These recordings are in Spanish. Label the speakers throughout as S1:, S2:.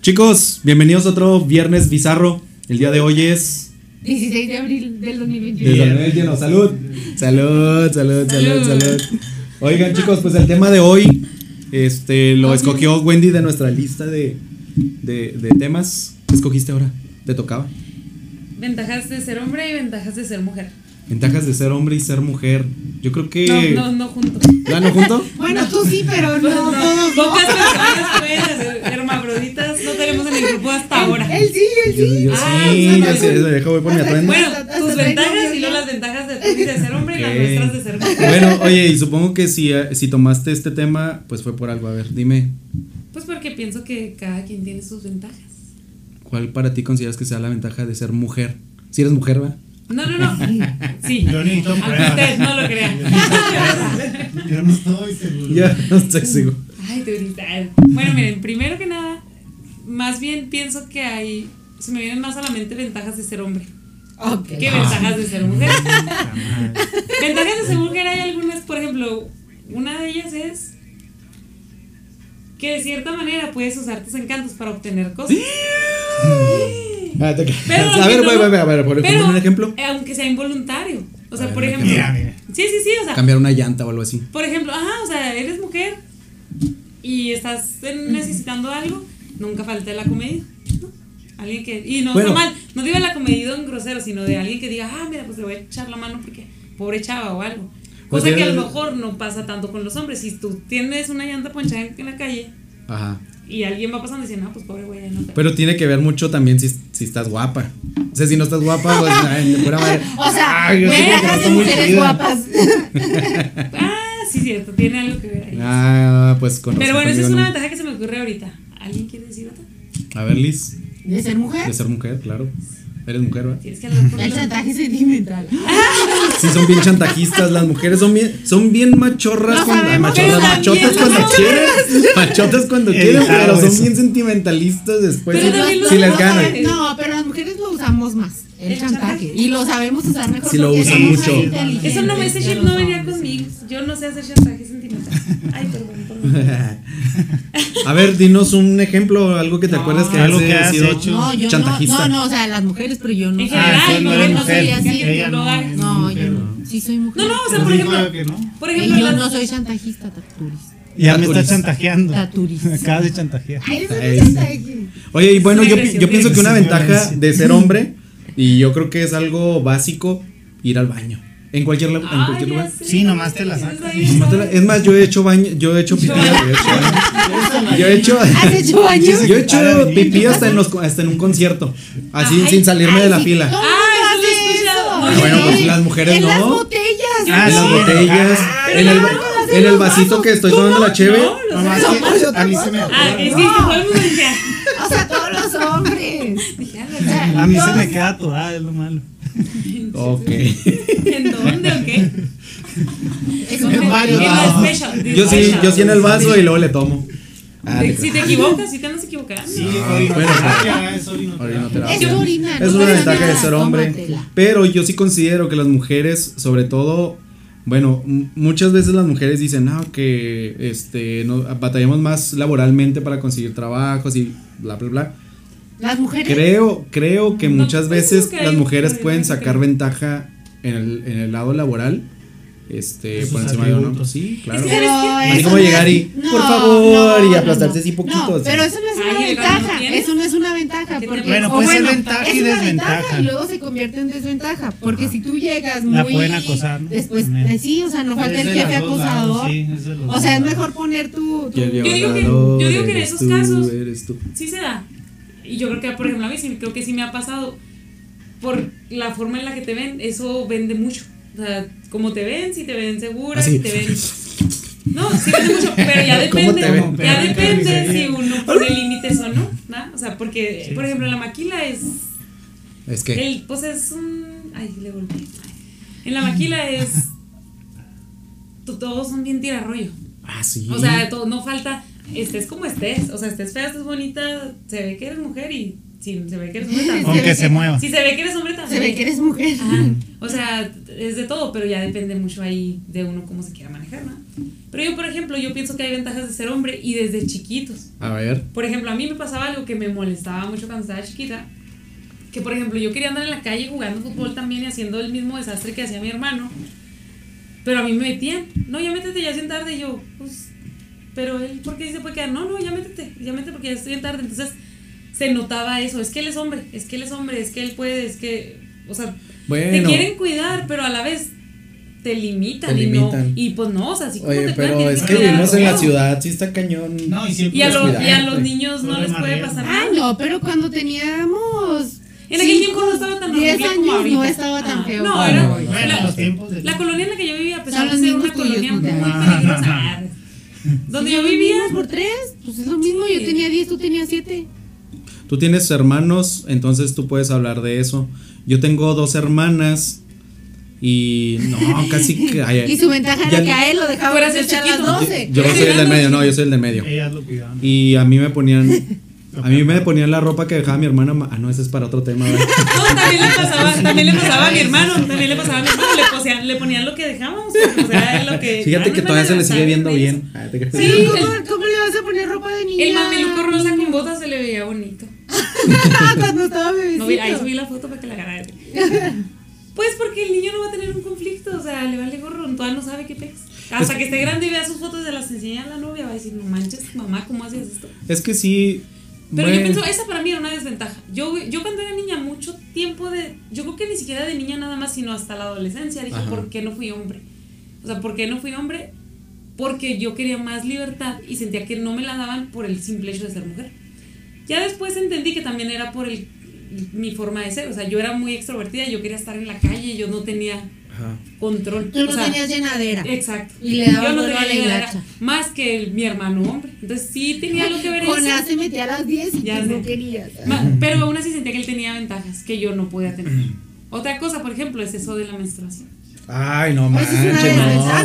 S1: Chicos, bienvenidos a otro viernes bizarro. El día de hoy es.
S2: 16 de abril del 2021.
S1: Desde el nivel lleno. Salud. Salud, salud, salud, salud. Oigan, chicos, pues el tema de hoy este,
S3: Ah,
S1: lo escogió Wendy de nuestra lista de, de, de temas. ¿Qué escogiste ahora? ¿Te tocaba?
S3: Ventajas de ser hombre y ventajas de ser mujer.
S1: Ventajas de ser hombre y ser mujer. Yo creo que.
S3: No, no, no juntos. Pues
S1: ¿Ya no junto?
S2: Bueno, tú sí, pero no,
S3: No,
S2: todos no.
S3: pocas personas pueden hacer hermafroditas. No tenemos en el grupo hasta ahora.
S2: Él sí, él
S1: Yo,
S2: sí.
S1: yo
S3: Ah,
S1: sí,
S3: o sea,
S1: yo sí, eso, deja, voy por mi atuendo.
S3: Bueno,
S2: Hasta- hasta
S3: tus
S2: trae novio,
S3: ventajas y no
S2: ¿no?
S3: las ventajas de tú de ser hombre y las
S1: Ok.
S3: nuestras de ser mujer.
S1: Bueno, oye, y supongo que si, eh, si tomaste este tema, pues fue por algo. A ver, dime,
S3: Pues porque pienso que cada quien tiene sus ventajas.
S1: ¿cuál para ti consideras que sea la ventaja de ser mujer? Si eres mujer, ¿va?
S3: No, no, no. Sí.
S4: Yo necesito
S3: Aunque
S4: pruebas.
S3: ustedes no lo crean.
S4: Yo no estoy seguro.
S1: Ya, no estoy seguro.
S3: Ay, turista. Bueno, miren, primero que nada, más bien pienso que hay. Se me vienen más a la mente ventajas de ser hombre.
S2: Ok.
S3: ¿Qué ventajas de ser mujer? ventajas de ser mujer hay algunas, por ejemplo, una de ellas es que de cierta manera puedes usar tus encantos para obtener cosas.
S1: Ah, te-
S3: Pero
S1: a ver,
S3: aunque
S1: güey,
S3: no-
S1: güey, a ver, por
S3: pero,
S1: ejemplo, un ejemplo.
S3: eh, Aunque sea involuntario. O
S1: A
S3: sea,
S1: ver,
S3: por
S1: un
S3: ejemplo.
S4: Mira, mira.
S3: Sí, sí, sí, o sea,
S1: Cambiar una llanta o algo así.
S3: por ejemplo, ajá, o sea, eres mujer y estás eh, necesitando algo, nunca falta el acomedido, ¿no? Alguien que, y no
S1: Bueno.
S3: está mal, no digo el acomedido en grosero, sino de alguien que diga, ah, mira, pues le voy a echar la mano porque pobre chava o algo.
S1: Pues
S3: Cosa que a
S1: tiene-
S3: lo mejor no pasa tanto con los hombres. Si tú tienes una llanta ponchada en en la calle
S1: Ajá.
S3: y alguien va pasando y dice, no, pues pobre güey, no te-
S1: Pero tiene que ver mucho también si, si estás guapa. O sea, si no estás guapa, pues, ay, de pura madre.
S2: O sea,
S1: Ay, yo
S3: güey,
S1: sí creo que no
S2: ventajas de
S1: está muy
S2: mujeres
S1: chida.
S2: guapas.
S3: Ah, sí, cierto, tiene algo que ver ahí.
S1: Pues, Ah, pues con razón
S3: Pero bueno, esa
S1: conmigo
S3: es una
S1: no.
S3: ventaja que se me ocurre ahorita. ¿Alguien quiere decir otra?
S1: A ver, Liz,
S2: De ser mujer.
S1: de ser mujer, claro. Eres mujer, ¿verdad?
S3: Tienes que hablar por
S2: El
S3: la-
S2: chantaje sentimental.
S1: Sí, son bien chantajistas. Las mujeres son bien, son bien machorras.
S2: No
S1: cuando, ay,
S2: sabemos,
S1: machorras,
S3: pero
S1: machotas
S3: también
S1: cuando
S3: las
S1: quieren. Machotas cuando quieren,
S4: Editado
S1: pero son
S4: eso.
S1: bien sentimentalistas después.
S3: Pero
S1: si,
S3: también los
S1: les
S3: hombres.
S1: ganan.
S2: No, pero las mujeres lo usamos más. El,
S3: El
S2: chantaje.
S3: chantaje.
S2: Y lo sabemos usar mejor.
S1: Sí, lo
S2: porque
S1: usan
S2: somos
S1: mucho.
S2: más inteligentes
S3: Eso no me ese
S2: que
S3: chip
S2: los
S3: no venía
S2: hombres.
S3: conmigo. Yo no sé hacer chantaje sentimental. Ay, perdón, perdón.
S1: A ver, dinos un ejemplo, algo que te acuerdas que
S4: algo
S1: has,
S4: que has
S1: sido
S4: hecho.
S2: No, yo
S1: chantajista.
S2: no, no, no, o sea, las mujeres, pero yo no.
S3: En general,
S4: Ah, sí,
S3: no,
S4: no es
S3: no
S4: mujer.
S3: soy así,
S4: Ella
S3: no lo
S4: no
S3: hagas.
S4: es.
S2: No, yo
S4: Pero-
S2: no. Sí soy mujer.
S3: No, no, o sea,
S4: Yo
S3: por
S4: digo
S3: ejemplo,
S4: que no.
S3: por
S2: Y
S3: ejemplo,
S2: yo
S3: las-
S2: no soy chantajista, Taturis.
S4: Ya me
S1: Taturis.
S4: está chantajeando.
S2: Taturis.
S4: Me acabas de chantajear.
S2: Ay, eres
S1: Ahí
S2: un
S1: está.
S2: chantaje.
S1: Oye, y bueno, yo, pi-
S3: Regresión,
S1: yo pienso que una
S4: regresión.
S1: ventaja de ser hombre, y yo creo que es algo básico, ir al baño. En cualquier, lu- en
S3: Ay,
S1: cualquier
S3: ya
S1: lugar.
S3: sé.
S4: Sí, nomás te la
S3: Eso
S4: sacas.
S3: ahí
S1: Nomás te la-
S3: está.
S1: Es más, yo he hecho baño, yo he hecho pipí. Yo he hecho baño. Yo he hecho,
S2: ¿Has hecho baño?
S1: yo he hecho pipí hasta en, los, co- hasta en un concierto. Así
S3: Ay,
S1: sin salirme de la
S2: sí,
S1: fila.
S2: ¿cómo
S3: Ah,
S2: hace
S3: eso lo he escuchado.
S2: eso?
S3: Ah,
S1: bueno, pues, las mujeres
S2: en las
S1: no.
S2: botellas.
S4: Ah,
S1: en las
S4: sí.
S1: botellas,
S4: Ah,
S1: en el,
S2: pero no vas a
S1: en el
S2: los
S1: vasito
S2: vasos,
S1: que estoy
S2: ¿tú
S1: tomando
S2: no?
S1: la cheve.
S3: No, los-
S4: Nomás que a mí se me
S3: Ah,
S4: atora.
S3: es que todo el mundo decía.
S2: O sea, todos los hombres.
S3: dije, ah,
S4: A mí se me queda atorada, es lo malo.
S1: Ok.
S3: ¿En dónde o qué?
S2: En varios
S3: En la
S2: lados.
S3: special,
S1: Yo sí,
S3: special.
S1: yo sí en el vaso y luego le tomo. Ah, te
S3: Si te equivocas, si te andas equivocando.
S4: Sí,
S1: orinoterapia, Orinoterapia.
S2: Es orina,
S1: Es
S2: no
S1: una
S2: pasa
S1: ventaja de
S2: nada,
S1: ser hombre.
S2: tómatela.
S1: Pero yo sí considero que las mujeres, sobre todo, bueno, m- muchas veces las mujeres dicen, no, que este, no, batallamos más laboralmente para conseguir trabajos y bla, bla, bla.
S2: Las mujeres.
S1: Creo, creo que
S3: No,
S1: muchas
S3: pues,
S1: veces
S3: creo que
S1: las
S3: hay-
S1: mujeres
S3: hay-
S1: pueden
S3: hay-
S1: sacar
S3: creo.
S1: ventaja en el, en el lado laboral. Este,
S4: De sus
S1: por encima de uno.
S4: atributos.
S1: Sí, claro.
S3: Es que-
S2: Pero
S3: Así
S2: eso
S1: como
S2: no
S1: llegar
S2: es-
S1: y, por favor, y aplastarse así poquito,
S2: No,
S1: así.
S2: pero eso no es una
S3: Ay, el
S2: ventaja.
S3: ganado tiene.
S2: Eso no es una ventaja.
S3: ¿Qué
S2: Porque,
S3: tiene? Bueno,
S2: o
S4: puede ser ventaja
S2: es
S4: y
S2: una
S4: desventaja.
S2: ventaja Y luego se convierte en desventaja. Porque
S1: Ajá.
S2: si tú llegas muy.
S4: La pueden acosar, ¿no?
S2: Después,
S4: También.
S2: eh, sí, o sea, no falta el jefe acosador. O sea, es mejor poner tu. tu-
S1: Que el
S3: digo que- yo
S1: violador
S3: digo que en
S1: eres
S3: esos
S1: tú,
S3: casos-
S1: eres tú.
S3: sí se da. Y yo creo que, por ejemplo, a mí sí, creo que sí me ha pasado. Por la forma en la que te ven, eso vende mucho. O sea, como te ven, si te ven segura,
S1: Así.
S3: si te ven. No, sí vende mucho, pero ya
S1: ¿Cómo
S3: depende.
S1: te ven?
S3: Ya
S4: Pero en
S3: depende
S4: carnicería.
S3: si uno pone límites o no, ¿no? O sea, porque,
S4: Sí.
S3: por ejemplo, la maquila es.
S1: Es que.
S3: El, pues es un. Ay, le golpeé. Ay. En la maquila es. to- Todos son bien tirarrollo.
S1: Ah, sí.
S3: O sea, de todo, no falta, estés como estés, o sea, estés fea, estés bonita, se ve que eres mujer y si se ve que eres hombre también.
S4: Aunque se mueva.
S3: Si se ve que eres hombre también.
S2: Se ve que eres mujer.
S3: Ajá. O sea, es de todo, pero ya depende mucho ahí de uno cómo se quiera manejar, ¿no? Pero yo, por ejemplo, yo pienso que hay ventajas de ser hombre y desde chiquitos.
S1: A ver.
S3: Por ejemplo, a mí me pasaba algo que me molestaba mucho cuando estaba chiquita. Que, por ejemplo, yo quería andar en la calle jugando fútbol también y haciendo el mismo desastre que hacía mi hermano. Pero a mí me metían. No, ya métete, ya es bien tarde. Y yo, pues, pero él, ¿por qué sí se puede quedar? No, no, ya métete, ya métete porque ya es bien tarde. Entonces, se notaba eso. Es que él es hombre, es que él es hombre, es que él puede, es que. O sea, te
S1: Bueno.
S3: quieren cuidar, pero a la vez te limitan,
S1: Te
S3: y
S1: limitan.
S3: no. Y pues no, o sea, así como
S1: Oye,
S3: te
S1: pero
S3: cuidan,
S1: es
S3: tienes
S1: que
S3: cuidar
S1: vivimos en la
S3: todo.
S1: ciudad, sí está cañón.
S4: No, y siempre
S3: Y a, los, y a los
S1: Cuidarte.
S3: niños no
S4: Pobre
S3: les puede
S4: Mariela.
S3: pasar
S2: Ah,
S3: nada.
S2: no, pero cuando teníamos.
S3: En aquel
S2: cinco,
S3: tiempo no estaba tan horrible
S2: 10
S3: como
S2: años no
S3: ahorita.
S2: estaba tan
S3: Ah,
S2: feo.
S3: no,
S1: Ah,
S3: era-
S1: no, no,
S4: Bueno,
S1: no,
S4: los
S1: no.
S4: tiempos de.
S3: La colonia en la que yo vivía, a pesar
S2: Son
S3: de
S2: los
S3: ser
S2: mismos
S3: una
S2: tuyos,
S3: colonia
S2: ¿no?
S3: muy
S4: Ah.
S3: peligrosa, donde yo vivía,
S2: Dividimos por tres, pues es lo mismo. Yo
S3: Sí.
S2: tenía 10, tú tenías 7.
S1: Tú tienes hermanos, entonces tú puedes hablar de eso. Yo tengo dos hermanas y no, casi que... ay, ay.
S2: Y su ventaja
S1: Ya
S2: era
S1: no-
S2: que a él lo
S3: Tú
S2: dejaba
S3: eras el
S2: echar las
S3: chiquito.
S2: 12.
S1: Yo soy el del medio, no, yo soy el del medio.
S4: Ellas lo cuidaban.
S1: Y a mí me ponían... A mí me ponían la ropa que dejaba mi hermana. ma- Ah, no, ese es para otro tema. ¿verdad?
S3: no, también le pasaba, también le pasaba a mi hermano, también le pasaba a mi hermano, le, posean- le ponían lo que dejábamos, o sea, lo que...
S1: Fíjate
S3: Ah,
S1: que
S3: no,
S1: todavía
S3: no,
S1: se le
S3: no,
S1: sigue
S3: no,
S1: viendo
S3: no,
S1: bien. Ah, te creas.
S3: Sí,
S2: Sí, ¿Cómo, cómo le vas a poner ropa de niña?
S3: El mameluco rosa con botas se le veía bonito.
S2: Ah, cuando estaba bebecito.
S3: No, vi- ahí subí la foto para que la ganara. Pues porque el niño no va a tener un conflicto, o sea, le vale gorro, todavía no sabe qué pez. Hasta que esté grande y vea sus fotos de las enseña a la novia, va a decir, no manches, mamá, ¿cómo hacías esto?
S1: Es que sí.
S3: Pero
S1: bueno,
S3: yo pienso, esa para mí era una desventaja. Yo, yo cuando era niña, mucho tiempo de. Yo creo que ni siquiera de niña nada más, sino hasta la adolescencia. Dije,
S1: Ajá.
S3: ¿por qué no fui hombre? O sea, ¿por qué no fui hombre? Porque yo quería más libertad y sentía que no me la daban por el simple hecho de ser mujer. Ya después entendí que también era por el, mi forma de ser. O sea, yo era muy extrovertida, yo quería estar en la calle, yo no tenía
S1: ajá.
S3: control.
S2: Tú no
S3: O sea, eh,
S2: tenías llenadera.
S3: Exacto.
S2: Y le daba
S3: Yo no
S2: vuelo
S3: tenía
S2: a la
S3: ni idea,
S2: hilacha.
S3: Más que el- mi hermano hombre. Entonces sí tenía lo que ver eso.
S2: Con A se metía a las 10 y
S3: Ya
S2: tú
S3: sé.
S2: no querías.
S3: Ma- Pero aún así sentía que él tenía ventajas que yo no podía tener. Otra cosa, por ejemplo, es eso de la menstruación.
S1: Ay, no
S3: Pues
S2: Eso es una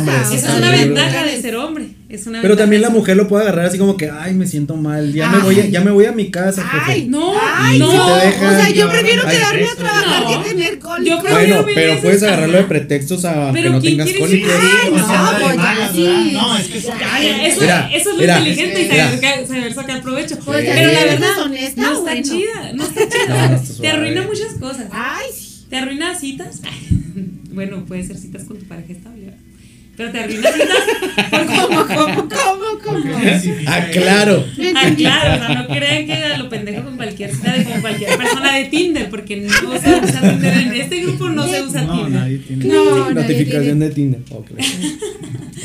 S1: manches, no,
S2: desventaja,
S1: hombre.
S2: o
S1: eso Ah, está
S3: Esa
S2: sea,
S3: es una
S1: horrible.
S3: ventaja de ser hombre. Es una
S1: Pero
S3: ventaja
S1: también
S3: de
S1: la
S3: ser-
S1: mujer lo puede agarrar así como que, ay, me siento mal, ya
S2: Ay.
S1: me voy a, ya me voy a mi casa, jefe".
S2: Ay,
S3: No,
S2: Ay,
S3: no.
S1: Si te
S2: no.
S1: dejan,
S2: o sea, yo
S1: no,
S2: prefiero
S1: no,
S2: quedarme a
S4: pretexto.
S2: trabajar
S3: No.
S2: que tener
S3: Yo
S2: cólico.
S3: creo-
S1: Bueno,
S3: prefiero vivir
S1: pero
S3: esa
S1: puedes agarrarlo de
S3: escala.
S1: pretextos a que
S3: Pero
S1: no
S3: ¿quién
S1: tengas
S3: quiere
S4: Sí, sí,
S1: cólicos.
S2: Ay,
S4: o sea,
S2: no,
S4: anda
S2: pues
S4: de
S2: ya
S4: malas,
S2: sí.
S4: ¿verdad? No, es que se
S2: Ay,
S3: Eso,
S1: Mira,
S3: eso es lo
S1: mira,
S3: inteligente y
S1: mira.
S3: saber, saca- saber sacar provecho.
S1: Pues,
S3: Pero
S1: si
S3: la
S1: eres
S3: verdad,
S2: deshonesta,
S3: no está
S2: bueno.
S3: chida. No está chida.
S1: No, no está
S3: te
S1: suave.
S3: arruina muchas cosas.
S2: Ay, sí.
S3: Te arruina citas. bueno, puede ser citas con tu pareja estable. ¿verdad? Pero te arruina citas por
S2: ¿Cómo, cómo, cómo, cómo?
S1: Ah, claro.
S2: Me
S3: Ah,
S2: entendí.
S3: claro, o sea, no crean que a lo pendejo con cualquier cita de con cualquier persona de Tinder, porque no se usa Tinder. En este grupo no se usa
S4: No,
S3: Tinder.
S4: nadie tiene.
S2: No, nadie
S1: Notificación
S2: tiene.
S1: de Tinder. Ok.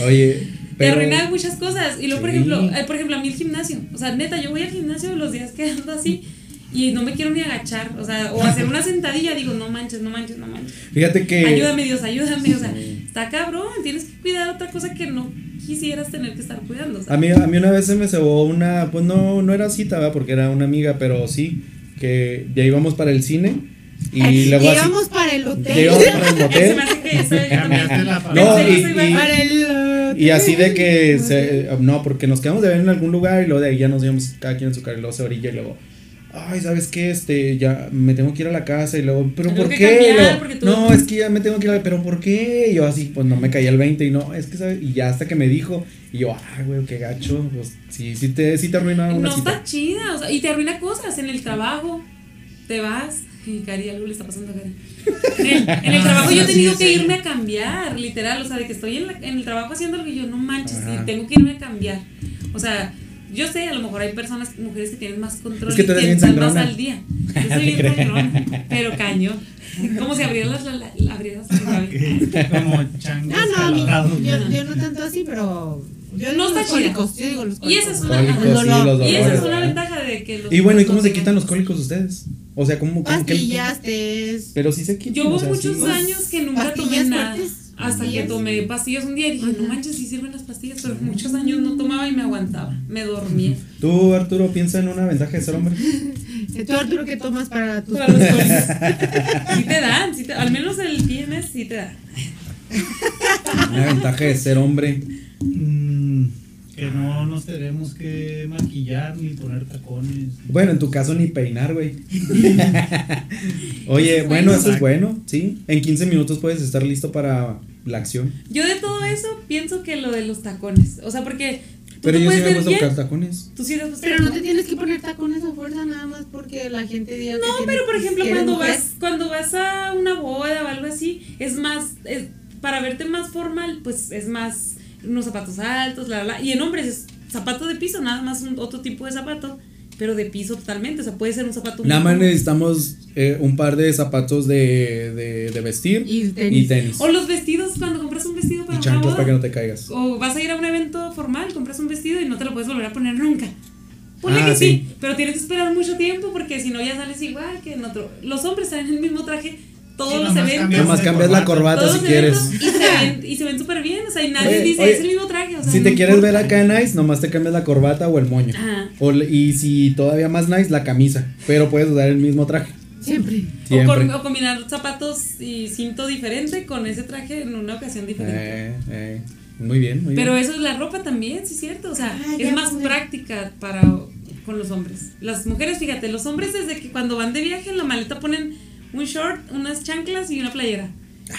S1: Oye,
S3: Te
S1: pero
S3: arruinan muchas cosas. Y luego, por
S1: Sí.
S3: ejemplo, eh, por ejemplo, a mí el gimnasio. O sea, neta, yo voy al gimnasio los días que ando así y no me quiero ni agachar. O sea, o hacer una sentadilla, digo, no manches, no manches, no manches.
S1: fíjate que
S3: Ayúdame, Dios, ayúdame. O sea, está cabrón, tienes que cuidar otra cosa que no quisieras tener que estar cuidando. o sea.
S1: A mí, a mí una vez se me cebó una, pues no, no era cita, ¿verdad? porque era una amiga, pero sí, que ya íbamos para el cine y
S2: Ay,
S1: luego así,
S2: Llegamos para el hotel.
S1: ya íbamos para el
S3: Eh, se me
S1: hotel
S3: hace que eso yo
S4: Cambiaste
S3: también.
S4: la
S1: No,
S4: palabra.
S3: Pensé
S1: y-
S3: que eso iba a-
S1: y-
S2: Para el
S1: y así de que, se- no, porque nos quedamos de ver en algún lugar y luego de ahí ya nos íbamos cada quien en su carro, y luego se orilla y luego... Ay, ¿sabes qué? Este, ya me tengo que ir a la casa y luego, ¿pero
S3: Tengo
S1: por
S3: que
S1: qué? Y
S3: cambiar,
S1: luego,
S3: porque tú-
S1: No, es que ya me tengo que ir a la, ¿pero por qué? Y yo así, pues no me caía el 20 y no, es que, ¿sabes? Y ya hasta que me dijo, y yo, ay, güey, qué gacho, pues sí, sí te, sí te arruina una
S3: No
S1: cita.
S3: está chida, o sea, y te arruina cosas en el trabajo. Te vas. Y Cari, algo le está pasando a Cari. En el, en
S1: Ah,
S3: el trabajo yo he
S4: Sí,
S3: tenido
S4: sí,
S3: que
S4: sí.
S3: irme a cambiar, literal. O sea, de que estoy en, la- en el trabajo haciendo algo que yo no manches,
S1: Ajá.
S3: y tengo que irme a cambiar. O sea, yo sé, a lo mejor hay personas, mujeres que tienen más control
S1: Es que
S3: y
S1: tú eres
S3: que
S1: bien
S3: están más
S1: sangrona.
S3: al día. Yo soy bien sangrona, pero cañón. Como si abrieras la, la- la- abrieras la llave.
S4: Como chango.
S3: Ah,
S2: No, no, a mí,
S4: escalado.
S2: yo, yo no tanto así, pero. Yo
S3: No
S2: digo
S3: está
S2: los
S3: chida.
S2: cólicos, Yo digo los
S3: Y esa
S2: cólicos.
S3: es una- Cólicos,
S2: El
S1: sí,
S2: dolor.
S1: los
S3: Y esa es
S1: dolores,
S3: una
S1: ¿verdad?
S3: ventaja de que los.
S1: Y bueno, ¿y cómo se
S3: tengan-
S1: quitan los cólicos ustedes? O sea, ¿cómo, cómo que-
S2: Pastillas, test.
S1: Pero sí se quitan.
S3: Ah, Yo hubo
S1: o sea,
S3: muchos
S1: sí.
S3: años que nunca tomé
S2: pastillas
S3: nada.
S2: fuertes.
S3: Hasta que
S2: Pastillas.
S3: tomé pastillas un día y dije, no manches, sí sirven las pastillas, pero muchos años no tomaba y me aguantaba, me dormía.
S1: Tú, Arturo, piensa en una ventaja de ser hombre.
S2: Tú, Arturo, ¿qué tomas para tus
S3: Para los cólicos. Sí te dan, sí te- al menos el PMS sí te da.
S1: Una ventaja de ser hombre.
S4: Mm, que no nos tenemos que maquillar ni poner tacones.
S1: Bueno, en tu caso ni peinar, güey. Oye, bueno, eso es bueno, ¿sí? En 15 minutos puedes estar listo para la acción.
S3: Yo de todo eso pienso que lo de los tacones. O sea, porque tú
S1: Pero
S3: te
S1: yo sí
S3: puedes
S1: me
S3: ver
S1: gusta
S3: bien.
S1: buscar tacones.
S3: Tú sí te gusta
S2: Pero no te tienes que poner tacones a fuerza nada más porque la gente diga pues,
S3: No, pero por ejemplo, cuando vas, cuando vas a una boda o algo así, es más, es- para verte más formal, pues es más unos zapatos altos, la, la, la. Y en hombres es zapato de piso, nada más un otro tipo de zapato, pero de piso totalmente. O sea, puede ser un zapato muy
S1: Nada más
S3: cómodo.
S1: necesitamos eh, un par de zapatos de, de, de vestir y
S2: Y
S1: tenis.
S2: tenis.
S3: O los vestidos, cuando compras un vestido para
S1: Y
S3: una
S1: chanclas
S3: boda.
S1: para que no te caigas.
S3: O vas a ir a un evento formal, compras un vestido y no te lo puedes volver a poner nunca. Ponle
S1: Ah,
S3: que sí.
S1: sí.
S3: pero tienes que esperar mucho tiempo porque si no ya sales igual que en otro. Los hombres traen el mismo traje todos
S4: Sí,
S3: los
S4: nomás
S3: eventos.
S4: cambias
S1: Nomás
S4: de
S1: cambias la corbata
S4: corbata.
S3: todos
S1: si
S3: los
S1: quieres.
S3: eventos, Y se ven, y se ven súper bien, o sea, y nadie
S1: Oye,
S3: dice,
S1: oye,
S3: es el mismo traje. O sea,
S1: Si
S3: no
S1: te quieres ver
S3: importa.
S1: acá nice, nomás te cambias la corbata o el moño.
S3: Ajá.
S1: O le- y si todavía más nice, la camisa. Pero puedes usar el mismo traje.
S2: Siempre.
S3: O,
S1: Siempre.
S3: cor- o combinar zapatos y cinto diferente con ese traje en una ocasión diferente.
S1: Eh, eh, muy bien, muy
S3: Pero
S1: bien.
S3: eso es la ropa también, sí es cierto. O sea,
S2: Ah,
S3: es
S2: ya
S3: más
S2: pude.
S3: práctica para con los hombres. Las mujeres, fíjate, los hombres desde que cuando van de viaje en la maleta ponen un short, unas chanclas y una playera.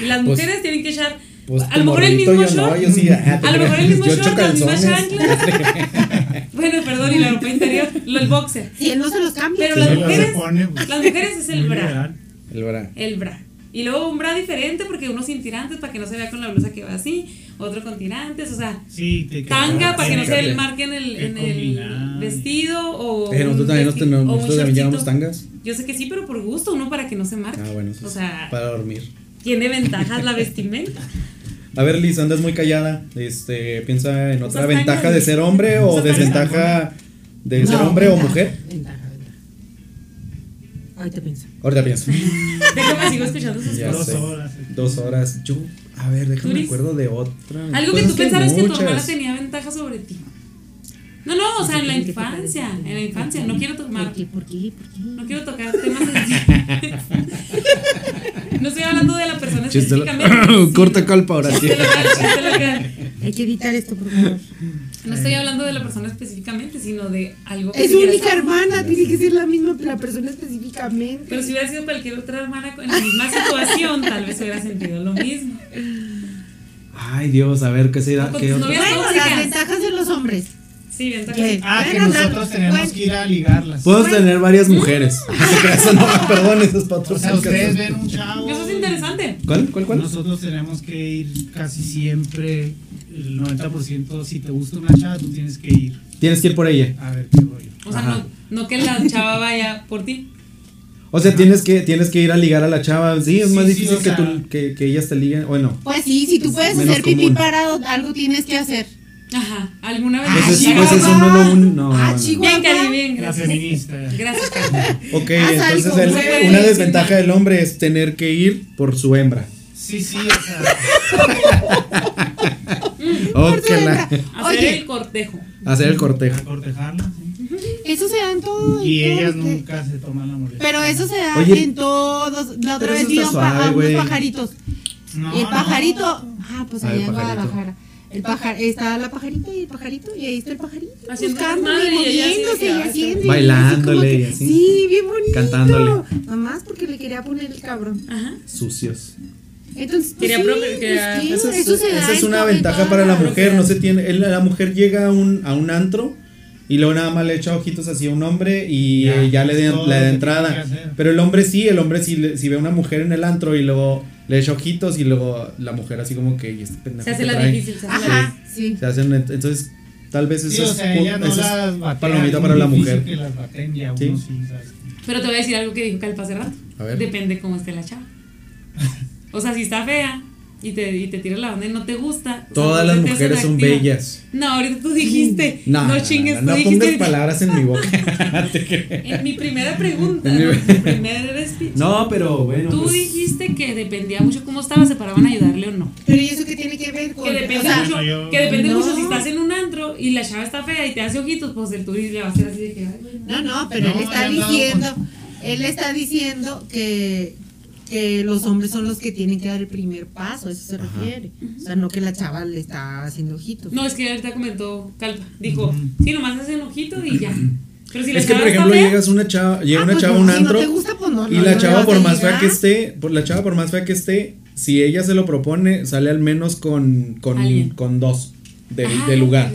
S3: Y las
S1: pues-
S3: mujeres tienen que echar
S1: Pues
S3: a
S1: tu
S3: lo mejor el
S1: morrito,
S3: mismo
S1: yo no,
S3: short.
S1: yo sí, ah, te
S3: a lo mejor el mismo
S1: yo
S3: short,
S1: echo
S3: las mismas
S1: calzones.
S3: chanclas. bueno, perdón, y la ropa interior, lo- el boxer.
S2: Si él no se los cambia.
S3: Pero
S1: Sí,
S3: las
S1: no se
S3: mujeres,
S4: pone, pues.
S3: las mujeres es el
S4: Muy
S3: bra,
S4: legal.
S1: El bra.
S3: el bra. Y luego un bra diferente porque uno sin tirantes para que no se vea con la blusa que va así, otro con tirantes, o sea,
S4: Sí, te queda-
S3: tanga
S1: Ah,
S3: para que no se
S1: fíjate.
S3: le marque en el,
S4: Qué
S3: en el
S4: combinado.
S3: vestido o
S1: Pero
S3: un
S1: Eh, nosotros también nos
S3: vesti- o
S1: tenemos,
S3: un
S1: nosotros también
S3: shortcito.
S1: llevamos tangas.
S3: yo sé que sí pero por gusto uno para que no se marque
S1: Ah, bueno, eso
S3: o
S1: es
S3: sea
S1: para dormir.
S3: tiene ventajas la vestimenta
S1: A ver, Liz, andas muy callada. Este, piensa en otra
S3: Usas
S1: ventaja
S3: tangas,
S1: de
S3: Pues Liz. Pues
S1: ser hombre o
S3: Usas tangas.
S1: desventaja de ser
S2: No,
S1: hombre o
S2: ventaja,
S1: mujer.
S2: Ventaja, ventaja. Ahorita pienso.
S1: Ahorita pienso.
S3: déjame sigo escuchando sus
S1: Ya
S4: Dos
S1: sé.
S4: horas.
S1: Dos horas. Yo, a ver, déjame me
S3: Turis.
S1: acuerdo de otra.
S3: algo que
S1: Pues hay
S3: tú pensaras que tu
S1: muchas. Pues
S3: hermana tenía ventaja sobre ti no no o sea en la
S2: Tiene que tocar
S3: infancia
S2: el-
S3: en la infancia no quiero tomar
S2: ¿Por qué? ¿Por qué? ¿Por qué?
S3: no quiero tocar temas sensibles. no estoy hablando de la persona
S1: Chiste lo-
S3: específicamente
S1: Corta
S3: sino-
S1: calpa ahora sí.
S3: chiste local, chiste local.
S2: Hay que editar esto, por favor.
S3: No estoy hablando de la persona específicamente, sino de algo que
S2: Es
S3: tuvieras-
S2: única hermana, tiene que ser la misma la persona específicamente.
S3: Pero si hubiera sido cualquier otra hermana en la misma situación, tal vez hubiera sentido lo mismo.
S1: Ay, Dios, a ver, ¿qué será?
S3: O con
S1: ¿Qué
S3: tus
S1: otra?
S3: novias.
S2: bueno,
S3: tóxicas.
S2: las ventajas de los hombres.
S3: Sí, bien, tal
S2: ¿Qué?
S3: vez.
S4: Ah, que
S2: Bueno,
S4: nosotros
S2: no,
S4: tenemos
S2: bueno.
S4: que ir a ligarlas.
S1: Puedo tener varias mujeres. Ah, se crea, eso no, perdón, esos
S4: O
S1: patrocinios.
S4: sea, ustedes ven un chavo.
S3: Eso es interesante.
S1: ¿Cuál? ¿Cuál? ¿Cuál?
S4: Nosotros tenemos que ir casi siempre, el 90%, si te gusta una chava, tú tienes que ir
S1: Tienes que ir por ella.
S4: a ver qué rollo.
S3: O sea,
S1: Ajá.
S3: no, no que la chava vaya por ti.
S1: O sea, tienes que, tienes que ir a ligar a la chava. Sí, es
S4: Sí,
S1: más
S4: sí,
S1: difícil
S4: o
S1: que,
S4: sea.
S1: tú- que, que ellas te liguen. Bueno,
S2: Pues sí, si tú puedes
S1: Menos
S2: hacer pipí
S1: común.
S2: parado, algo tienes que hacer.
S3: Ajá, alguna vez.
S1: pues,
S2: Ah,
S1: es,
S2: sí,
S1: pues
S2: va.
S1: eso no lo un, no,
S2: Ah,
S1: no, no.
S2: chihuahua.
S3: Bien, Cari, bien,
S4: La
S3: gracias.
S4: feminista.
S3: Gracias, Cari.
S1: Ok,
S2: Haz
S1: entonces
S2: algo,
S1: el-
S3: güey.
S1: una desventaja del hombre es tener que ir por su hembra.
S4: Sí, sí, o sea,
S1: Oh,
S2: Por tu
S1: que la-
S2: hembra.
S3: Hacer el
S2: Oye,
S3: cortejo.
S1: hacer el
S4: a
S1: cortejo.
S4: cortejarla. sí.
S2: eso se da en todo.
S4: Y
S2: en todo,
S4: ellas
S2: este-
S4: nunca se toman la molestia.
S2: Pero eso se da
S1: Oye,
S2: en todos. La
S1: pero
S2: otra vez
S1: eso está
S2: vieron pa-
S1: suave,
S2: a unos
S1: güey.
S2: pajaritos.
S4: No,
S2: y el
S4: no.
S2: pajarito. Ah, pues
S1: Ah, el
S2: allá en
S1: pajarito.
S2: Guadalajara. El pajar, está la pajarita y el pajarito, y ahí está el pajarito.
S3: Haciendo
S2: buscándole,
S3: desmadre, y ella así de
S2: moviéndose,
S3: que,
S2: y
S3: ah,
S2: haciendo. y
S1: Bailándole,
S2: así como
S1: y
S2: que-
S1: así.
S2: Sí, bien bonito.
S1: Cantándole.
S2: Nomás porque le quería poner el cabrón.
S3: Ajá.
S1: Sucios.
S2: Entonces, pues,
S3: Quería
S2: sí,
S3: probar- quería-
S2: pues, sí,
S1: Esa
S2: eso,
S1: es,
S2: se da
S1: esa es
S2: en
S1: una
S2: todo-
S1: ventaja
S2: todas
S1: para la
S2: las-
S1: mujer. No se tiene. él- la mujer llega a un, a un antro y luego nada más le echa ojitos hacia un hombre y
S4: Ya,
S1: eh, ya, le
S4: es
S1: den-
S4: todo
S1: le
S4: lo
S1: da
S4: que
S1: entrada.
S4: tiene que hacer.
S1: Pero el hombre sí, el hombre sí, le- si ve a una mujer en el antro y luego le echa ojitos y luego la mujer así como que. "Y este pendejo
S3: Se hace
S1: que
S3: la
S1: trae".
S3: difícil. Se hace la
S2: Ajá, sí.
S1: Se hacen, ent- entonces, tal vez eso
S4: Sí, o
S1: es
S4: sea,
S1: pu-
S4: ella no
S1: eso es
S4: las batea.
S1: palomita
S4: es
S1: para
S4: muy
S1: la
S4: difícil
S1: mujer.
S4: que las baten y a uno
S1: Sí.
S4: sí, ¿sabes?
S3: Pero te voy a decir algo que dijo Calpa hace rato.
S1: A ver.
S3: Depende cómo esté la chava. O sea, si está fea y te, y te tira la onda y no te gusta. o sea,
S1: Todas
S3: no
S1: las
S3: se te hace
S1: mujeres son
S3: atractiva.
S1: bellas. Mm.
S3: No, ahorita tú dijiste.
S1: No,
S3: No,
S1: no,
S3: chingues,
S1: no,
S3: tú
S1: no pongas
S3: dijiste.
S1: palabras en mi boca.
S3: Eh, mi primera pregunta,
S1: En mi-
S3: ¿no? mi primer speech.
S1: no, pero bueno.
S3: Tú
S1: pues,
S3: dijiste que dependía mucho cómo estaba, se paraban a ayudarle o no.
S2: Pero ¿y eso qué tiene que ver con.?
S3: Que depende
S2: o sea,
S3: mucho,
S4: no, yo-
S3: que depende
S2: No.
S3: mucho si estás en un antro y la chava está fea y te hace ojitos, pues el turista le va a hacer así de que. ay, güey, no.
S2: No, no, pero
S4: No,
S2: él
S4: ya
S2: está
S4: han dado
S2: diciendo, él está diciendo que, que los hombres son los que tienen que dar el primer paso, a eso se refiere. O sea, no que la chava le está haciendo ojitos.
S3: No, es que ahorita comentó Calpa. Dijo, sí, nomás hacen ojito y ya. Pero si la
S1: es que,
S3: chava
S1: por
S3: está
S1: ejemplo,
S3: fea,
S1: llegas una chava, llega
S2: Ah,
S1: una
S2: pues,
S1: chava a
S2: no,
S1: un
S2: si no
S1: antro
S2: te gusta, pues, no,
S1: y
S2: no,
S1: la
S2: no
S1: chava
S2: vas
S1: por
S2: a
S1: más fea
S2: llegar.
S1: que esté, por la chava por más fea que esté, si ella se lo propone, sale al menos con con,
S3: Alguien.
S1: con dos de,
S3: Ah,
S1: de lugar.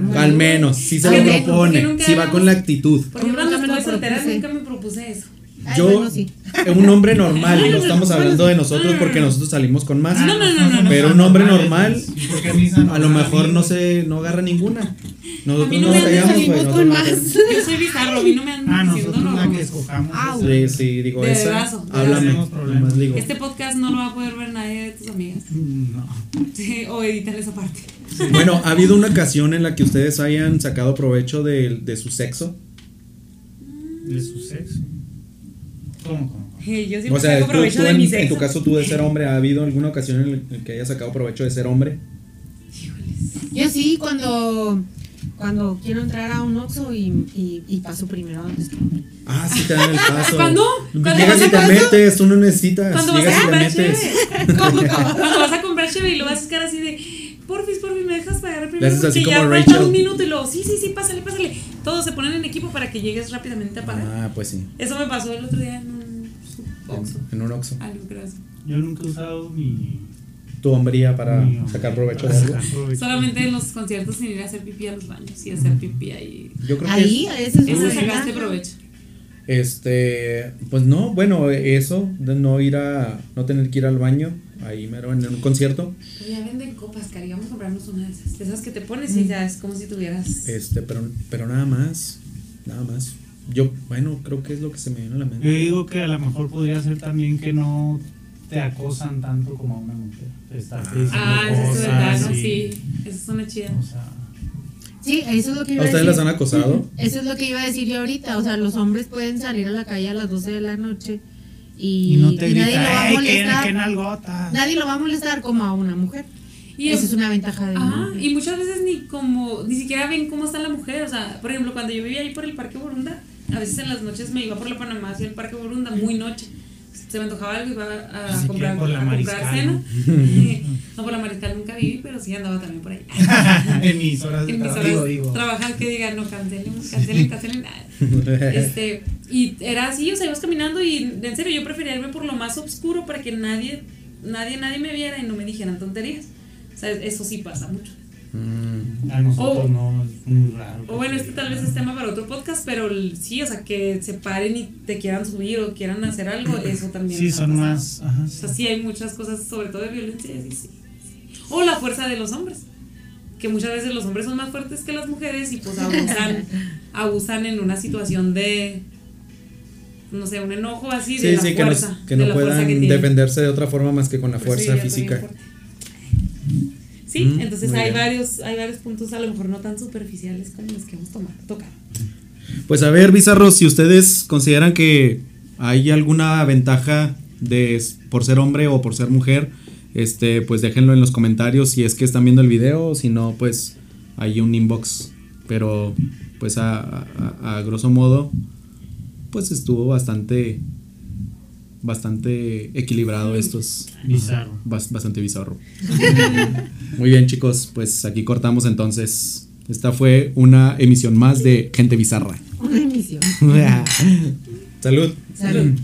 S2: muy
S1: al
S2: bien.
S1: menos, si se
S2: Al
S1: lo
S2: menos,
S3: que
S1: propone,
S3: nunca
S1: si va con la actitud.
S3: Por ejemplo,
S2: Yo
S3: cuando
S2: nunca
S3: estuve
S2: me lo
S3: soltera
S2: propuse.
S3: nunca me propuse eso.
S2: Ay,
S1: Yo, eh,
S2: bueno, sí.
S1: un hombre normal, y no estamos
S3: Bueno,
S1: hablando de nosotros
S3: mm.
S1: porque nosotros salimos con
S4: Ah,
S1: más.
S3: No, no, no, no, no.
S1: Pero un hombre normal,
S4: Porque a, mí es anormal,
S1: A lo mejor no
S4: amigos.
S1: se no agarra ninguna. Nosotros
S3: A mí
S1: no
S3: no me
S1: batallamos,
S3: han
S1: güey,
S2: Salimos
S1: nosotros
S2: con
S1: no
S2: más.
S1: batallamos.
S3: Yo soy bizarro, a mí no me han
S4: Ah,
S3: diciendo
S4: nosotros la
S3: no.
S4: que escojamos.
S2: Ah,
S4: esa.
S1: Sí, sí, digo,
S3: De
S1: esa,
S3: brazo, de
S1: háblame,
S4: brazo.
S1: nomás digo.
S3: Este podcast no lo va a poder ver nadie de tus amigas.
S4: No.
S3: Sí, o editar esa parte.
S1: Bueno, ¿ha habido una ocasión en la que ustedes hayan sacado provecho de, de su sexo?
S4: De su sexo. ¿Cómo, cómo? cómo?
S3: Hey, yo
S1: O
S3: siempre
S1: sea,
S3: saco
S1: tú-
S3: provecho
S1: tú
S3: de
S1: en,
S3: mi
S1: en
S3: sexo.
S1: tu caso tú de ser hombre, ¿ha habido alguna ocasión en la que hayas sacado provecho de ser hombre?
S2: Yo sí, cuando, cuando quiero entrar a un Oxxo y, y, y paso primero a donde está.
S1: Ah, sí te dan el paso.
S3: ¿Cuándo? ¿Cuándo
S1: Llegas
S3: vas
S1: y
S3: a
S1: te
S3: comprar-
S1: metes, tú no necesitas.
S3: Cuando vas
S1: Llegas
S3: a
S1: y te
S3: comprar
S1: metes.
S3: cheve. Cuando vas a comprar cheve y lo vas a sacar así de porfis, porfis, me dejas pagar primero.
S1: Le haces así
S3: porque
S1: como
S3: ya
S1: Rachel.
S3: falta un minuto y luego, sí, sí, sí, pásale, pásale. Todos se ponen en equipo para que llegues rápidamente a pagar.
S1: Ah, pues sí.
S3: Eso me pasó el otro día en un Oxxo.
S1: En, en un oxo.
S3: Algo graso.
S4: Yo nunca he usado mi.
S1: Tu hombría para
S4: mi-
S1: sacar provecho
S4: para
S1: de algo.
S4: sacar provecho.
S3: Solamente en los conciertos sin ir a hacer pipí a los baños y hacer pipí ahí.
S1: Yo creo que
S2: Ahí, ese es
S3: Eso
S2: un
S3: sacaste
S2: regalo.
S3: provecho.
S1: Este, pues no, bueno, eso, de no ir a, no tener que ir al baño, ahí mero en un concierto,
S3: Pues Ya venden copas, Cari. Vamos a comprarnos una de esas. De esas que te pones y ya es como si tuvieras.
S1: este, pero, pero nada más, nada más. Yo, bueno, creo que es lo que se me viene a la
S4: Yo
S1: mente.
S4: digo que a lo mejor podría ser también que no te acosan tanto como a una mujer. Te estás diciendo
S3: Ah, esa es
S4: cosas
S3: verdad, ¿no?
S4: y-
S3: Sí. Esa es una chida.
S4: O sea,
S2: Sí, eso es lo que
S1: ¿A
S2: iba a
S1: ustedes las
S2: decir.
S1: han acosado?
S2: Eso es lo que iba a decir yo ahorita. O sea, los hombres pueden salir a la calle a las 12 de la noche y,
S4: y no te
S2: y nadie lo va
S4: grita,
S2: a
S4: ¡ay, qué,
S2: molestar.
S4: qué nalgota!
S2: Nadie lo va a molestar como a una mujer.
S3: Y
S2: Esa
S3: es- Ah,
S2: es una ventaja de una
S3: Ajá,
S2: mujer.
S3: y muchas veces ni como, ni siquiera ven cómo está la mujer, o sea, por ejemplo, cuando yo vivía ahí por el Parque Borunda, a veces en las noches me iba por la Panamá hacia el Parque Borunda, muy noche, se me antojaba algo y iba a,
S4: Ni siquiera
S3: comprar,
S4: Pues por la
S3: a comprar
S4: Mariscal.
S3: cena. Eh, no, por la Mariscal nunca viví, pero sí andaba también por ahí.
S4: en mis horas de
S3: en mis horas
S4: trabajo, Ah, digo, digo.
S3: trabajar que digan, no, cancelen, cancelen, cancelen. nada". Este, y era así, o sea, ibas caminando y en serio yo prefería irme por lo más oscuro para que nadie, nadie, nadie me viera y no me dijeran tonterías. O sea, eso sí pasa mucho.
S1: Mm,
S4: A nosotros
S3: O-
S4: Ah, no, es muy raro.
S3: O bueno, este tal vez es tema para otro podcast, pero el- sí, o sea, que se paren y te quieran subir o quieran hacer algo, eso también.
S4: Sí,
S3: ha
S4: son
S3: pasado.
S4: más. Ajá,
S3: O
S4: sí.
S3: sea, sí hay muchas cosas, sobre todo de violencia, sí, sí, sí. O la fuerza de los hombres, que muchas veces los hombres son más fuertes que las mujeres y pues abusan, abusan en una situación de, no sé, un enojo así de
S1: Sí,
S3: la
S1: sí, que, nos-
S3: fuerza.
S1: que
S3: de
S1: no
S3: la fuerza
S1: puedan
S3: que tienen. Pues
S1: defenderse de otra forma más que con la
S3: Por eso
S1: fuerza
S3: yo soy bien
S1: física.
S3: fuerte. Sí,
S1: Mm,
S3: entonces
S1: muy
S3: hay
S1: bien.
S3: varios, hay varios puntos a lo mejor no tan superficiales como los que hemos tomado, tocado.
S1: Pues a ver, bizarros, si ustedes consideran que hay alguna ventaja de s- por ser hombre o por ser mujer, este, pues déjenlo en los comentarios si es que están viendo el video, si no, pues hay un inbox. Pero, pues a, a- a grosso modo, pues estuvo bastante, bastante equilibrado estos.
S4: Bizarro.
S1: Bas- bastante bizarro. Muy bien, chicos, pues aquí cortamos entonces. Esta fue una emisión más de Gente Bizarra.
S2: Una emisión.
S1: Salud.
S2: Salud.